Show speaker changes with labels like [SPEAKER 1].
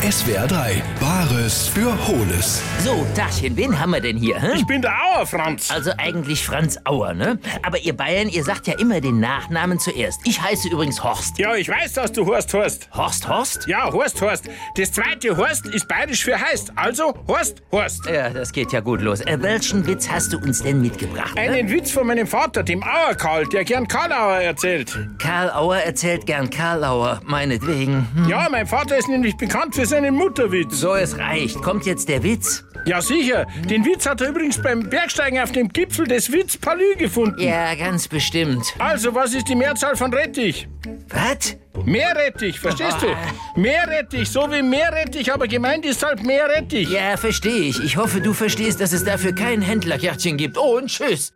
[SPEAKER 1] SWR 3, Bares für Hohles.
[SPEAKER 2] So, Tachchen, wen haben wir denn hier? Hä?
[SPEAKER 3] Ich bin der Auer, Franz.
[SPEAKER 2] Also eigentlich Franz Auer, ne? Aber ihr Bayern, ihr sagt ja immer den Nachnamen zuerst. Ich heiße übrigens Horst.
[SPEAKER 3] Ja, ich weiß, dass du Horst Horst.
[SPEAKER 2] Horst Horst?
[SPEAKER 3] Ja, Horst Horst. Das zweite Horst ist bayerisch für heißt. Also Horst Horst.
[SPEAKER 2] Ja, das geht ja gut los. Äh, welchen Witz hast du uns denn mitgebracht? Ne?
[SPEAKER 3] Einen Witz von meinem Vater, dem Auer Karl, der gern Karlauer erzählt.
[SPEAKER 2] Karl Auer erzählt gern Karl Auer, meinetwegen. Hm.
[SPEAKER 3] Ja, mein Vater ist nämlich bekannt für seinen Mutterwitz.
[SPEAKER 2] So, es reicht. Kommt jetzt der Witz?
[SPEAKER 3] Ja, sicher. Den Witz hat er übrigens beim Bergsteigen auf dem Gipfel des Witzpalü gefunden.
[SPEAKER 2] Ja, ganz bestimmt.
[SPEAKER 3] Also, was ist die Mehrzahl von Rettich?
[SPEAKER 2] Was?
[SPEAKER 3] Meerrettich, verstehst du? Meerrettich, so wie Meerrettich, aber gemeint ist halt Meerrettich.
[SPEAKER 2] Ja, verstehe ich. Ich hoffe, du verstehst, dass es dafür kein Händlerkärtchen gibt. Oh, und tschüss.